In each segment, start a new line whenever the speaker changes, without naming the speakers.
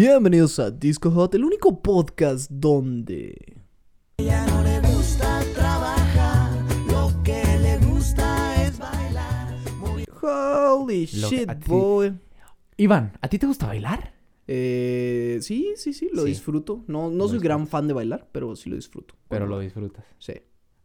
Bienvenidos a Disco Hot, el único podcast donde...
Ella no le gusta trabajar, lo que le gusta es bailar. Muy
Holy
Lo-
shit,
a ti-
boy.
Iván, ¿a ti te gusta bailar?
Eh, sí, sí, sí, lo
Sí.
disfruto. No, no soy gran fan de bailar, pero sí lo disfruto.
Pero
Cuando-
lo disfrutas.
Sí.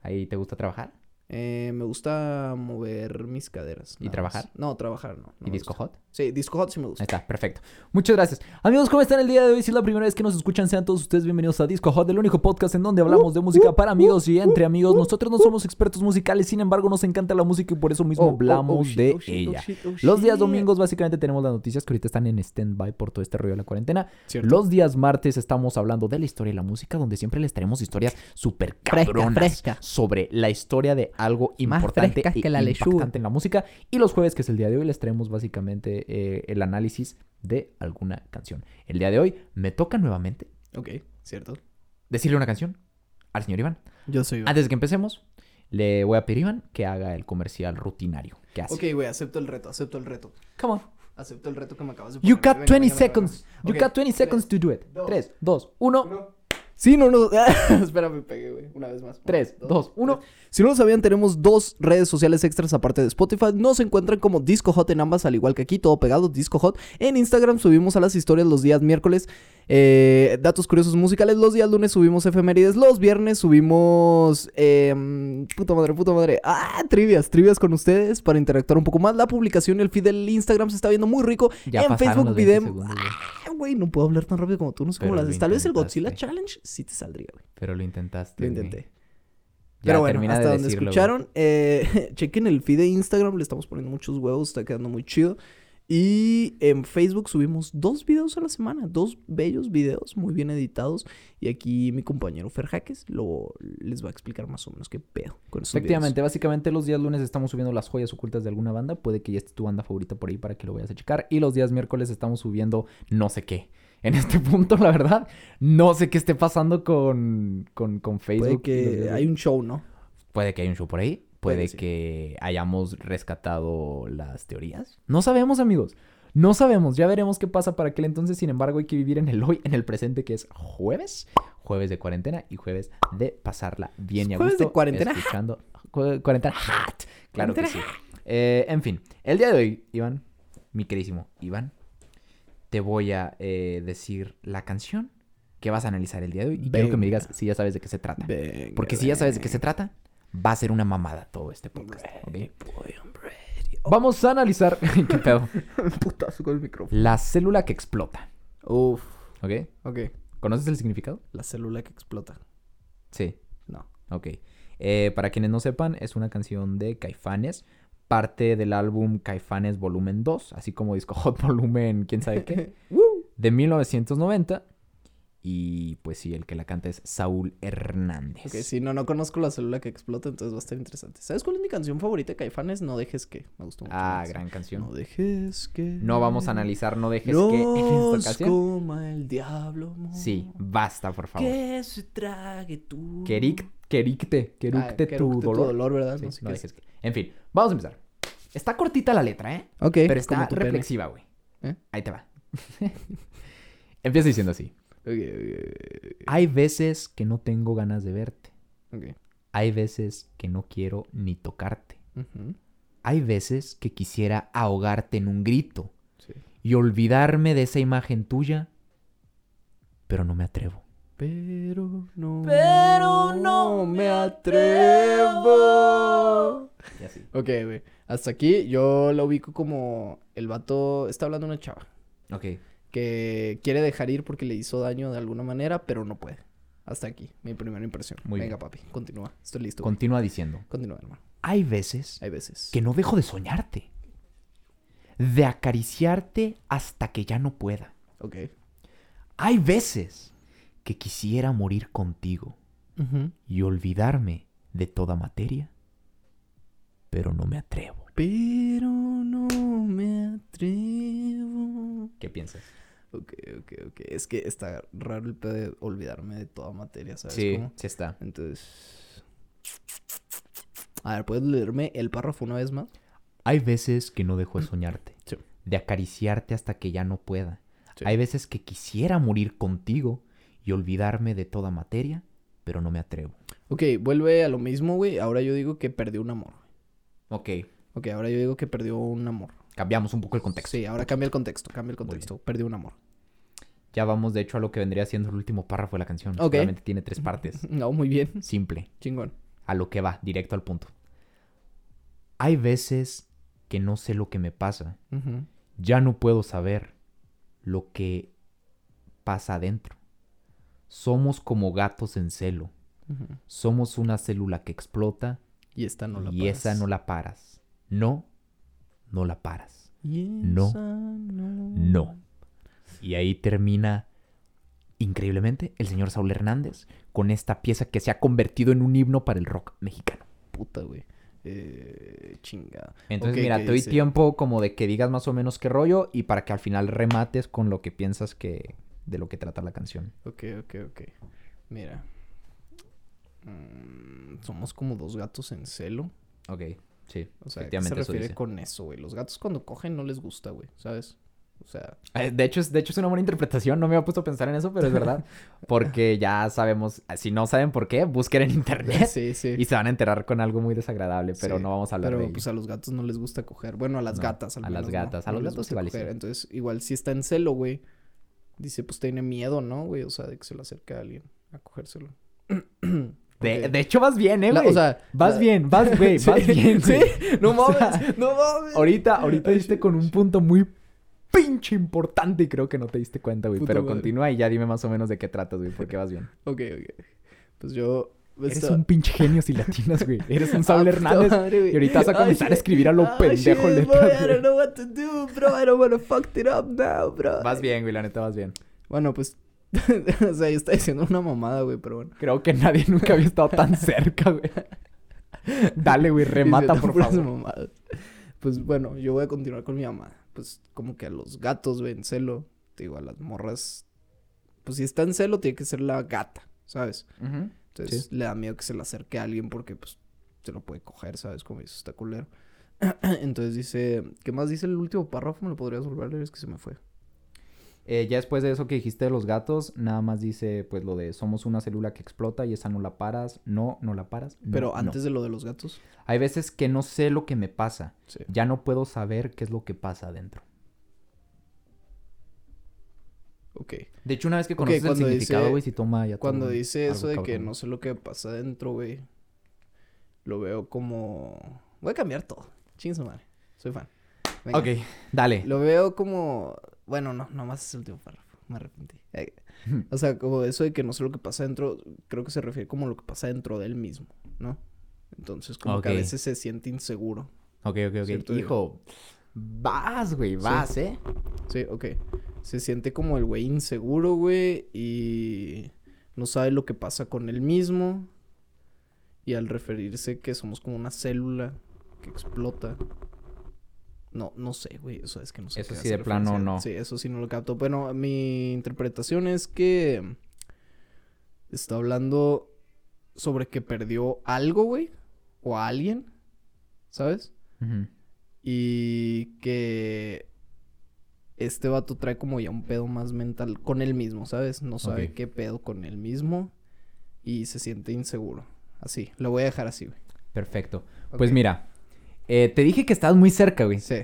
¿Ahí te gusta trabajar?
Eh, me gusta mover mis caderas.
¿Y
nada
trabajar?
más. No, trabajar no. no
¿Y
me
disco
gusta.
hot?
Sí, disco hot sí me
Ahí
gusta.
está, perfecto. Muchas gracias. Amigos, ¿cómo están el día de hoy? Si es la primera vez que nos escuchan, sean todos ustedes bienvenidos a Disco Hot, el único podcast en donde hablamos de música para amigos y entre amigos. Nosotros no somos expertos musicales, sin embargo, nos encanta la música y por eso mismo
Oh, oh, oh,
hablamos
shit,
de
oh, shit, oh,
ella.
shit, oh,
Los días
shit.
domingos básicamente tenemos las noticias que ahorita están en stand-by por todo este rollo de la cuarentena.
Cierto.
Los días martes estamos hablando de la historia y la música, donde siempre les traemos historias súper
Fresca,
cabronas
fresca.
sobre la historia de algo
Más
importante
frescas
y
que la lechuga.
impactante en la música. Y los jueves, que es el día de hoy, les traemos básicamente eh, el análisis de alguna canción. El día de hoy me toca nuevamente
Ok, cierto.
decirle una canción al señor Iván.
Yo soy...
Antes de que empecemos, le voy a pedir a Iván que haga el comercial rutinario que hace.
Ok, güey, acepto el reto, acepto el reto.
Come on.
Acepto el reto que me acabas de poner.
You got
Venga,
20
venga, venga,
seconds.
venga.
You
Ok,
got 20 seconds to do it.
dos,
3, 2, 1.
uno. Sí, no, no. Espera, me pegué, güey. Una vez más.
3, 2, 1.
Si no lo sabían, tenemos dos redes sociales extras aparte de Spotify. Nos encuentran como Disco Hot en ambas, al igual que aquí, todo pegado, Disco Hot. En Instagram subimos a las historias los días miércoles. eh, datos curiosos musicales. Los días lunes subimos efemérides. Los viernes subimos. em, puta madre, puta madre. Ah, trivias, trivias con ustedes para interactuar un poco más. La publicación y el feed del Instagram se está viendo muy rico.
Ya
en
pasaron
Facebook
los 20
video.
segundos, güey.
Ah, güey, no puedo hablar tan rápido como tú. No sé cómo
Pero
las
lo
haces. Tal vez el Godzilla
intentaste.
Challenge sí te saldría, güey.
Pero lo intentaste.
Lo
güey.
intenté.
Ya,
Pero bueno,
termina de
hasta donde
decirlo, güey.
escucharon, eh, chequen el feed de Instagram, le estamos poniendo muchos huevos, está quedando muy chido. Y en Facebook subimos dos videos a la semana, dos bellos videos muy bien editados. Y aquí mi compañero Fer Jaques lo, les va a explicar más o menos qué pedo con esos
Efectivamente, básicamente los días lunes estamos subiendo las joyas ocultas de alguna banda. Puede que ya esté tu banda favorita por ahí para que lo vayas a checar. Y los días miércoles estamos subiendo no sé qué. En este punto, la verdad, no sé qué esté pasando con, con, con
videos.
Facebook. y los
Puede que
días
hay un show, ¿no?
Puede que haya un show por ahí.
Puede
Puede,
que sí.
que hayamos rescatado las teorías. No sabemos, amigos. No sabemos. Ya veremos qué pasa para aquel entonces. Sin embargo, hay que vivir en el hoy, en el presente, que es jueves. Jueves de cuarentena y jueves de pasarla bien y a
Jueves de
gusto,
cuarentena.
Escuchando. Jue- Cuarentena. Hot. Claro que sí. Eh, en fin, el día de hoy, Iván, mi queridísimo Iván, te voy a eh, decir la canción que vas a analizar el día de hoy. Y quiero que me
Venga.
digas si ya sabes de qué se trata.
Venga,
Ah, Porque si ya sabes de qué se trata, va a ser una mamada todo este podcast. ¿ok? Vamos a analizar ¿Qué pedo?
Putazo con el micrófono.
la célula que explota.
Uf,
¿Ok?
ok.
¿Conoces el significado?
La célula que explota.
Sí.
No.
Ok. Eh, para quienes no sepan, es una canción de Caifanes, parte del álbum Caifanes Volumen 2, así como Disco Hot Volumen, quién sabe qué, de 1990. Y pues sí, el que la canta es Saúl Hernández.
Ok, si no, no conozco la célula que explota, entonces va a estar interesante. ¿Sabes cuál es mi canción favorita de Caifanes? No dejes que. Me gusta mucho.
Ah,
más.
gran canción.
No dejes que.
No vamos a analizar, no dejes
Nos
que en esta ocasión.
coma el diablo. amor.
Sí, basta, por favor.
Que se trague tu.
Queric, quericte, queructe
Ah, tu
tu dolor.
¿verdad?
Sí,
no sé
no
qué
dejes que- En fin, vamos a empezar. Está cortita la letra, ¿eh?
es. Ok.
Pero está
como tu pene.
reflexiva, güey.
¿Eh?
Ahí te va. Empieza diciendo así.
Ok,
Hay veces que no tengo ganas de verte.
ok, ok.
Hay veces que no quiero ni tocarte.
Ujú,
Hay veces que quisiera ahogarte en un grito
sí.
y olvidarme de esa imagen tuya, pero no me atrevo.
Pero no.
Pero no
me
me
atrevo.
Y así.
Ok, güey. Hasta aquí yo lo ubico como el vato. Está hablando una chava
Ok.
que quiere dejar ir porque le hizo daño de alguna manera, pero no puede. Hasta aquí, mi primera impresión.
Muy
Venga,
bien.
papi, continúa. Estoy listo. güey.
Continúa diciendo.
Continúa, hermano.
Hay veces
Hay veces.
que no dejo de soñarte, de acariciarte hasta que ya no pueda.
Ok.
Hay veces que quisiera morir contigo y olvidarme de toda materia, pero no me atrevo.
Pero no me atrevo.
¿Qué piensas?
Ok, ok, ok. Es que está raro el pedo de olvidarme de toda materia, ¿sabes?
Sí,
cómo?
sí está.
Entonces. A ver, ¿puedes leerme el párrafo una vez más?
Hay veces que no dejo de soñarte,
Sí.
de acariciarte hasta que ya no pueda.
Sí.
Hay veces que quisiera morir contigo y olvidarme de toda materia, pero no me atrevo.
Ok, vuelve a lo mismo, güey. Ahora yo digo que perdió un amor.
Ok,
Ok, ahora yo digo que perdió un amor.
cambiamos un poco el contexto.
Sí, ahora cambia el contexto, cambia el contexto. Perdió un amor.
Ya vamos, de hecho, a lo que vendría siendo el último párrafo de la canción.
Ok.
Solamente tiene tres partes.
No, muy bien.
Simple.
Chingón.
a lo que va, directo al punto. Hay veces que no sé lo que me pasa.
Ujú.
Ya no puedo saber lo que pasa adentro. Somos como gatos en celo.
Ujú.
Somos una célula que explota
Y esta no la
y esa no la paras. No, no la paras.
No.
No. Y ahí termina, increíblemente, el señor Saúl Hernández con esta pieza que se ha convertido en un himno para el rock mexicano.
Puta, güey. Eh, chingada.
Entonces,
Ok,
mira,
¿qué
te doy
dice?
tiempo como de que digas más o menos qué rollo y para que al final remates con lo que piensas que de lo que trata la canción.
Ok, ok, ok. Mira. Mm, somos como dos gatos en celo.
Ok, sí.
O sea, ¿a ¿qué se
efectivamente eso
refiere
dice.
con eso, güey? Los gatos cuando cogen no les gusta, güey, ¿sabes? O sea,
Eh, De hecho, es, de hecho, es una buena interpretación. No me había puesto a pensar en eso, pero es verdad. Porque ya sabemos, si no saben por qué, busquen en internet
sí, sí.
y se van a enterar con algo muy desagradable, pero
Sí,
no vamos a hablar
Pero
de ello.
pues a los gatos no les gusta coger. Bueno, a las
No,
gatas, al
a las
menos,
gatas.
¿no?
A los
No les
gatos
gusta
igual y
coger.
sí.
Entonces, igual si está en celo, güey. Dice, pues tiene miedo, ¿no, güey? O sea, de que se lo acerque a alguien a cogérselo.
de,
ok.
de hecho, vas bien, eh,
La-
güey.
o sea,
vas
la-
bien, vas, güey,
Sí,
vas bien.
sí.
güey.
No
O
mames,
sea,
no mames.
Ahorita, ahorita diste con un punto muy pinche importante y creo que no te diste cuenta, güey.
Puta
Pero
madre.
continúa y ya dime más o menos de qué tratas, güey, porque vas bien.
Ok, ok. Pues yo.
Eres
esta-
un pinche genio si latinas, güey. Eres un
Ah,
Saúl
puta
Hernández.
madre, güey.
y ahorita vas a
Ah,
comenzar a
shit.
escribir a lo
Ah,
pendejo
shit,
letras,
boy, I
güey.
don't know what to do, bro. I don't wanna fuck it up now, bro.
Vas bien, güey, la neta vas bien.
Bueno, pues. o sea, yo estaba diciendo una mamada, güey, pero bueno.
Creo que nadie nunca había estado tan cerca, güey. Dale, güey, remata,
Diciendo
por
puras
favor.
mamadas. Pues bueno, yo voy a continuar con mi mamá. Pues como que a los gatos, güey, en celo. Te digo, a las morras. Pues si está en celo, tiene que ser la gata, ¿sabes?
Ujú.
Entonces le da miedo que se le acerque a alguien porque, pues, se lo puede coger, ¿sabes? Como dice, está culero. Entonces dice. ¿Qué más dice el último párrafo? ¿Me lo podrías volver a leer? Es que se me fue.
Eh, ya después de eso que dijiste de los gatos, nada más dice, pues, lo de somos una célula que explota y esa no la paras. No, no la paras. no,
Pero
no.
antes de lo de los gatos.
Hay veces que no sé lo que me pasa.
Sí.
Ya no puedo saber qué es lo que pasa adentro.
Ok.
De hecho, una vez que
Ok,
conoces el
cuando
significado,
dice-
güey, si toma ya
Cuando
toma
dice
algo
eso de que
cabrón.
no sé lo que pasa adentro, güey. Lo veo como. Voy a cambiar todo. Chingue su madre. Soy fan. Venga.
Ok, dale.
Lo veo como. Bueno, no, nomás es el último párrafo. Me arrepentí. Eh, O sea, como eso de que no sé lo que pasa adentro, creo que se refiere como lo que pasa dentro de él mismo, ¿no? Entonces, como que
Ok.
a veces se siente inseguro.
Ok, ok, ok.
Cierto,
Hijo, vas, güey, vas, ¿eh?
Sí, ok. Se siente como el güey inseguro, güey, y no sabe lo que pasa con él mismo. Y al referirse que somos como una célula que explota. No, no sé, güey. Eso es que no sé.
Eso
qué
sí
hace
de plano
referencia.
no.
Sí, eso sí no lo capto. Bueno, mi interpretación es que está hablando sobre que perdió algo, güey. O a alguien. ¿Sabes?
Ujú.
Y que este vato trae como ya un pedo más mental con él mismo, ¿sabes? No sabe
Ok.
qué pedo con él mismo y se siente inseguro. Así, lo voy a dejar así, güey.
Perfecto. Pues
Ok.
mira, eh, te dije que estabas muy cerca, güey.
Sí,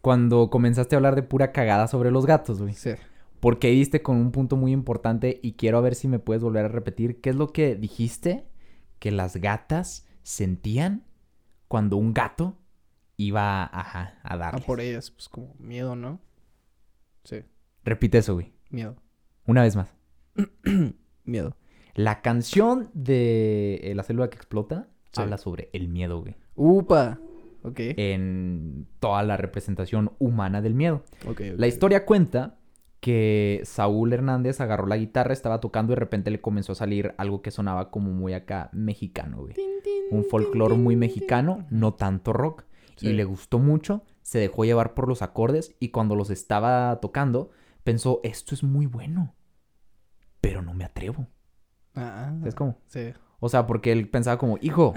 Cuando comenzaste a hablar de pura cagada sobre los gatos, güey.
sí.
Porque ahí diste con un punto muy importante y quiero a ver si me puedes volver a repetir. ¿Qué es lo que dijiste que las gatas sentían cuando un gato iba ajá, a
Ah,
darles?
por ellas, pues como miedo, ¿no? Sí,
Repite eso, güey.
miedo,
Una vez más.
miedo.
La canción de eh, La célula que explota
Sí.
habla sobre el miedo, güey.
¡Upa! Ok,
Eh, En toda la representación humana del miedo.
ok. ok.
La historia cuenta que Saúl Hernández agarró la guitarra, estaba tocando y de repente le comenzó a salir algo que sonaba como muy acá mexicano, güey. Un folclore muy mexicano, no tanto rock.
Sí.
Y le gustó mucho, se dejó llevar por los acordes y cuando los estaba tocando pensó, esto es muy bueno, pero no me atrevo.
Ah,
¿Sabes cómo?
sí.
O sea, porque él pensaba como, hijo,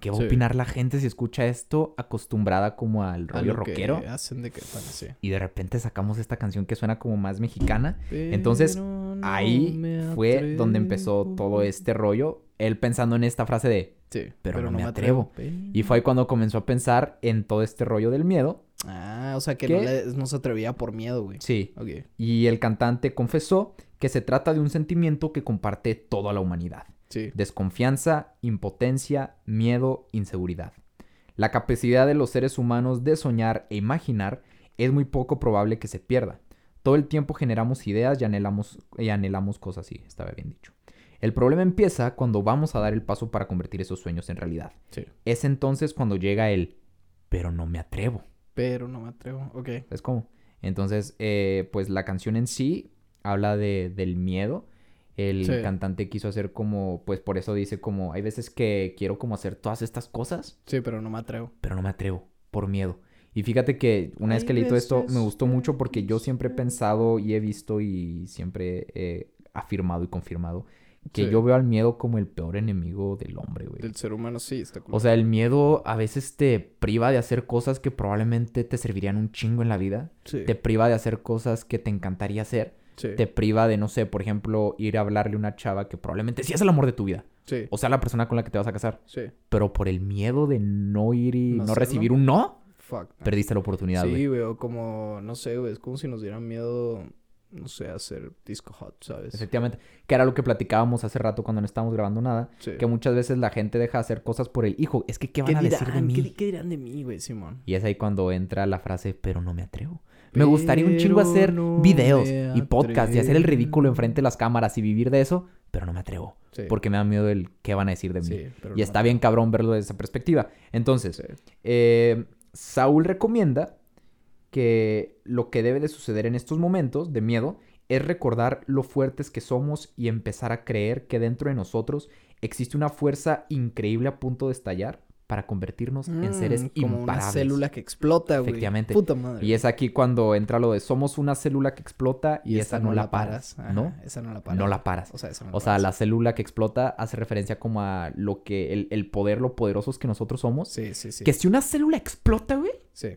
¿Qué va
Sí.
a opinar la gente si escucha esto acostumbrada como al rollo
Algo que
rockero?
hacen de Caifanes, sí.
Y de repente sacamos esta canción que suena como más mexicana. Entonces,
Pero no
Ahí
me
fue donde empezó
atrevo.
todo este rollo. Él pensando en esta frase de...
Sí,
pero no me atrevo.
Pero-
Y fue ahí cuando comenzó a pensar en todo este rollo del miedo.
Ah, o sea que
¿Qué?
no, le- no se atrevía por miedo, güey.
Sí.
Ok,
Y el cantante confesó que se trata de un sentimiento que comparte toda la humanidad.
sí.
Desconfianza, impotencia, miedo, inseguridad. La capacidad de los seres humanos de soñar e imaginar es muy poco probable que se pierda. Todo el tiempo generamos ideas y anhelamos, y anhelamos cosas así, estaba bien dicho. El problema empieza cuando vamos a dar el paso para convertir esos sueños en realidad.
Sí.
Es entonces cuando llega el, pero no me atrevo.
Pero no me atrevo. Ok.
¿Sabes cómo? Entonces, eh, pues la canción en sí habla de, del miedo. El
Sí.
cantante quiso hacer como, pues por eso dice como, hay veces que quiero como hacer todas estas cosas,
Sí, pero no me atrevo.
pero no me atrevo, por miedo. Y fíjate que una vez
Hay
que leí todo esto me
veces
gustó
que
mucho porque yo siempre he
quisiera.
pensado y he visto y siempre he afirmado y confirmado que
Sí.
yo veo al miedo como el peor enemigo del hombre, güey.
Del ser humano sí está cool.
O sea, el miedo a veces te priva de hacer cosas que probablemente te servirían un chingo en la vida
sí.
te priva de hacer cosas que te encantaría hacer,
sí,
te priva de, no sé, por ejemplo, ir a hablarle a una chava que probablemente sí es el amor de tu vida,
sí,
o sea, la persona con la que te vas a casar,
sí.
pero por el miedo de no ir y
No
no,
hacerlo.
recibir un no,
Fuck. man.
perdiste la oportunidad, güey.
Sí, pues. güey, o como, no sé, güey, es como si nos dieran miedo, no sé, hacer disco hot, ¿sabes?
Efectivamente, que era lo que platicábamos hace rato cuando no estábamos grabando nada,
Sí.
que muchas veces la gente deja de hacer cosas por el hijo, es que ¿qué van
¿Qué
a decir de
dirán?
mí?
¿Qué, qué dirán de mí, güey, Simón?
Y es ahí cuando entra la frase, pero no me atrevo. Me gustaría un chingo hacer videos y podcast y hacer el ridículo enfrente de las cámaras y vivir de eso, pero no me atrevo.
Sí.
Porque me da miedo el qué van a decir de mí.
Sí, pero
Y
no
está
me
bien pues, cabrón verlo desde esa perspectiva. Entonces,
atrevo. Sí.
eh, Saúl recomienda que lo que debe de suceder en estos momentos de miedo es recordar lo fuertes que somos y empezar a creer que dentro de nosotros existe una fuerza increíble a punto de estallar para convertirnos en seres
Mm, Como una
imparables.
célula que explota, güey.
Efectivamente.
Puta madre.
Y es aquí cuando entra lo de somos una célula que explota y, esa no, la paras,
Ajá,
¿no?
Esa no la paras.
No la paras.
O sea, esa no la
O sea,
paras.
la célula que explota hace referencia como a lo que, el, el poder, lo poderosos que nosotros somos.
Sí, sí, sí.
Que si una célula explota, güey,
Sí,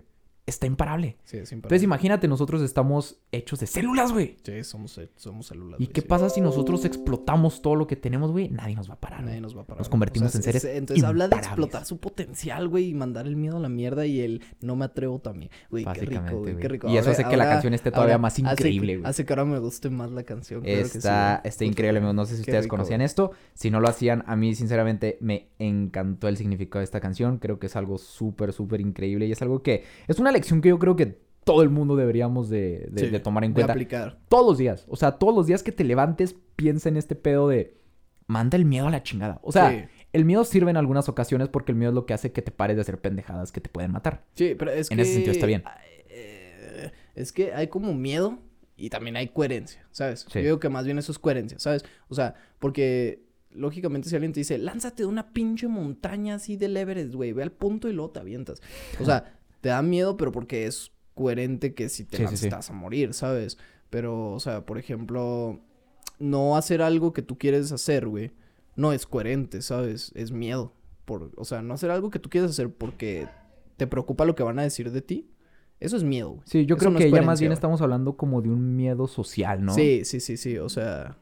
está imparable.
sí, es
Entonces
imparable.
imagínate, nosotros estamos hechos de células, güey.
Sí, somos, eh, somos células.
¿Y
güey,
qué
sí.
pasa si nosotros explotamos todo lo que tenemos, güey? Nadie nos va a parar.
Nadie
güey.
nos va a parar.
Nos convertimos en
es- es-
seres
Entonces habla de
imparables.
explotar su potencial, güey, y mandar el miedo a la mierda y el no me atrevo también. Güey, qué
Básicamente,
rico, güey,
güey.
qué rico.
Y eso hace que la canción esté todavía más
hace que-
increíble, güey.
Hace que ahora me guste más la canción. claro que sí,
Está,
güey.
está
Puta,
increíble, amigos. No sé si
qué
ustedes
rico,
conocían
güey.
esto. Si no lo hacían, a mí, sinceramente, me encantó el significado de esta canción. Creo que es algo súper, súper increíble. Y es algo que... Es una lección que yo creo que todo el mundo deberíamos de, de-
Sí,
de tomar en
de
cuenta.
aplicar.
todos los días. O sea, todos los días que te levantes, piensa en este pedo de... Manda el miedo a la chingada. O sea,
Sí.
el miedo sirve en algunas ocasiones porque el miedo es lo que hace que te pares de hacer pendejadas que te pueden matar.
Sí, pero es
En
que...
ese sentido está bien.
eh, Es que hay como miedo y también hay coherencia, ¿sabes?
Sí.
Yo digo que más bien eso es coherencia, ¿sabes? O sea, porque lógicamente si alguien te dice, lánzate de una pinche montaña así del Everest, güey, ve al punto y luego te avientas. O sea, te da miedo, pero porque es coherente que si te
Sí, sí,
lanzas
sí.
te vas a morir, ¿sabes? Pero, o sea, por ejemplo, no hacer algo que tú quieres hacer, güey, no es coherente, ¿sabes? Es miedo. Por, o sea, no hacer algo que tú quieres hacer porque te preocupa lo que van a decir de ti, eso es miedo, güey.
Sí, yo
Eso
creo
no es
que ya más
coherencia,
bien
güey.
estamos hablando como de un miedo social, ¿no?
Sí, sí, sí, sí, o sea,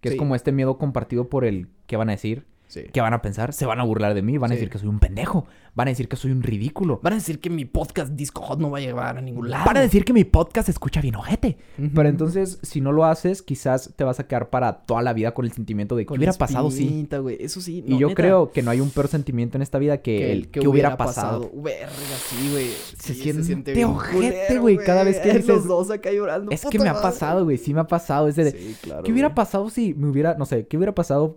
Que
sí.
es como este miedo compartido por el... ¿Qué van a decir?
sí.
¿Qué van a pensar? Se van a burlar de mí, van a
Sí.
decir que soy un pendejo, van a decir que soy un ridículo.
Van a decir que mi podcast Disco Hot no va a llegar a ningún lado.
Van a decir que mi podcast se escucha bien ojete.
Ujú.
Pero entonces, si no lo haces, quizás te vas a quedar para toda la vida con el sentimiento de que
Con
hubiera
la
pasado sí.
espinita, güey, Eso sí.
Y
no,
yo
neta,
creo que no hay un peor sentimiento en esta vida que, el que hubiera, pasado.
Verga, sí, güey.
Se
sí,
siente
bien
ojete,
culero,
güey, cada vez que
Los
dices,
dos acá llorando.
Es que
puta
me ha
madre".
pasado, güey. Sí me ha pasado. Es de,
Sí, claro.
¿Qué hubiera
güey.
pasado si me hubiera, no sé, qué hubiera pasado?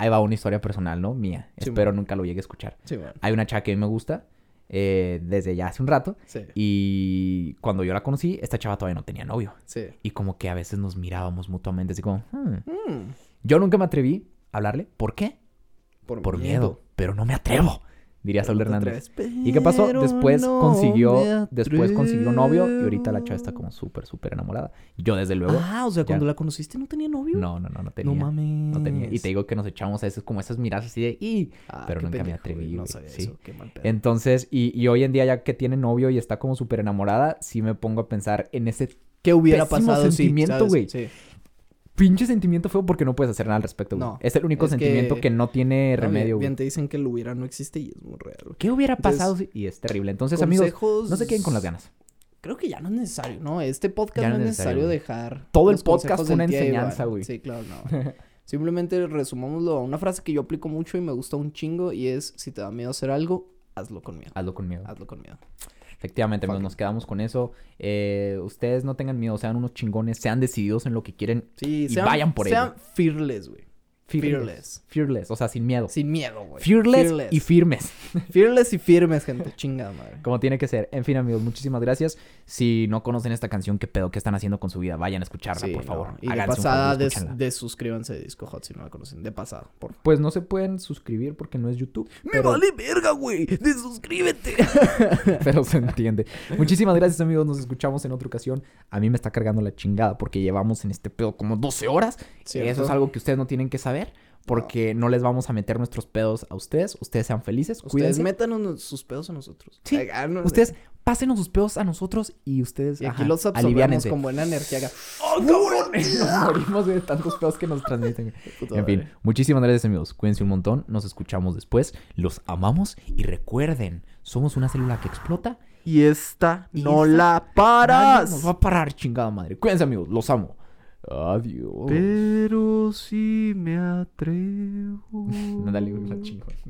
Ahí va una historia personal, ¿no? Mía.
Sí,
Espero nunca lo llegue a escuchar.
Sí, bueno,
Hay una chava que a mí me gusta eh, desde ya hace un rato.
sí,
Y cuando yo la conocí, esta chava todavía no tenía novio.
sí.
Y como que a veces nos mirábamos mutuamente, así como... "Hmm".
Mm,
Yo nunca me atreví a hablarle. ¿Por qué? Por miedo. Pero no me atrevo. diría Saúl Hernández.
Pero
¿Y qué pasó? Después
no me
consiguió,
atrevo.
después consiguió novio y ahorita la chava está como súper, súper enamorada. Yo desde luego,
Ah, o sea,
ya.
cuando la conociste no tenía novio.
no, no, no, no
no
tenía. No,
mames.
tenía. Y te digo que nos echamos a veces como esas miradas así de, y
Ah,
pero
qué
nunca me
pendejo,
atreví,
güey, No
güey,
sabía
sí.
eso. Qué mal pedo.
entonces, y, y hoy en día ya que tiene novio y está como súper enamorada, sí me pongo a pensar en ese
¿Qué hubiera
pésimo
pasado si,
sentimiento,
sabes?
güey.
Sí.
pinche sentimiento feo porque no puedes hacer nada al respecto, güey.
No,
es el único
es
sentimiento
que-
que... no tiene
No, bien-
remedio, güey.
Bien, te dicen que lo hubiera no existe y es muy real. güey.
¿Qué hubiera
Entonces,
pasado? si- Y es terrible. Entonces, amigos,
Consejos-
no se queden con las ganas.
Creo que ya no es necesario, ¿no? Este podcast
Ya
no es necesario,
güey.
dejar.
Todo el
los
podcast
consejos
fue
del
una
tía Iván.
enseñanza, güey.
Sí, claro, no. Simplemente resumámoslo a una frase que yo aplico mucho y me gusta un chingo y es: si te da miedo hacer algo, hazlo con miedo.
Hazlo con miedo.
Hazlo con miedo.
Efectivamente, amigos,
Fuck.
nos quedamos con eso. Eh, ustedes no tengan miedo, sean unos chingones, sean decididos en lo que quieren.
Sí,
Y vayan por ello.
sean fearless, güey. Fearless.
Fearless, o sea, sin miedo.
Sin miedo, güey.
Fearless, y firmes,
fearless y firmes, gente. Chingada madre.
como tiene que ser. En fin, amigos, muchísimas gracias. Si no conocen esta canción, qué pedo, qué están haciendo con su vida, vayan a escucharla,
Sí,
por
no.
favor.
Y de
Háganse un
pasada,
favor y
des-
escúchenla.
desuscríbanse de Disco Hot si no la conocen. De pasada, por favor.
Pues no se pueden suscribir porque no es YouTube. pero-
verga, güey! ¡Desuscríbete!
Pero se entiende. Muchísimas gracias, amigos. Nos escuchamos en otra ocasión. A mí me está cargando la chingada porque llevamos en este pedo como 12 horas.
Cierto.
Eso es algo que ustedes no tienen que saber porque no, les vamos a meter nuestros pedos a ustedes. Ustedes sean felices.
Ustedes
cuídense.
métanos no- sus pedos a nosotros.
Sí,
Ay, ah, no,
Ustedes pásenos sus pedos a nosotros y ustedes
Y aquí
ajá,
los absorbemos
aliviánense.
con buena energía. acá.
Nos morimos de tantos pedos que nos transmiten.
Puta
En fin,
madre.
muchísimas gracias amigos. Cuídense un montón. Nos escuchamos después. Los amamos y recuerden, somos una célula que explota
Y esta
Y
no la
esta- Nadie
paras.
nos va a parar, chingada madre. Cuídense, amigos. Los amo. Adiós.
Pero si me atrevo.
Ándale, güey, la chingo.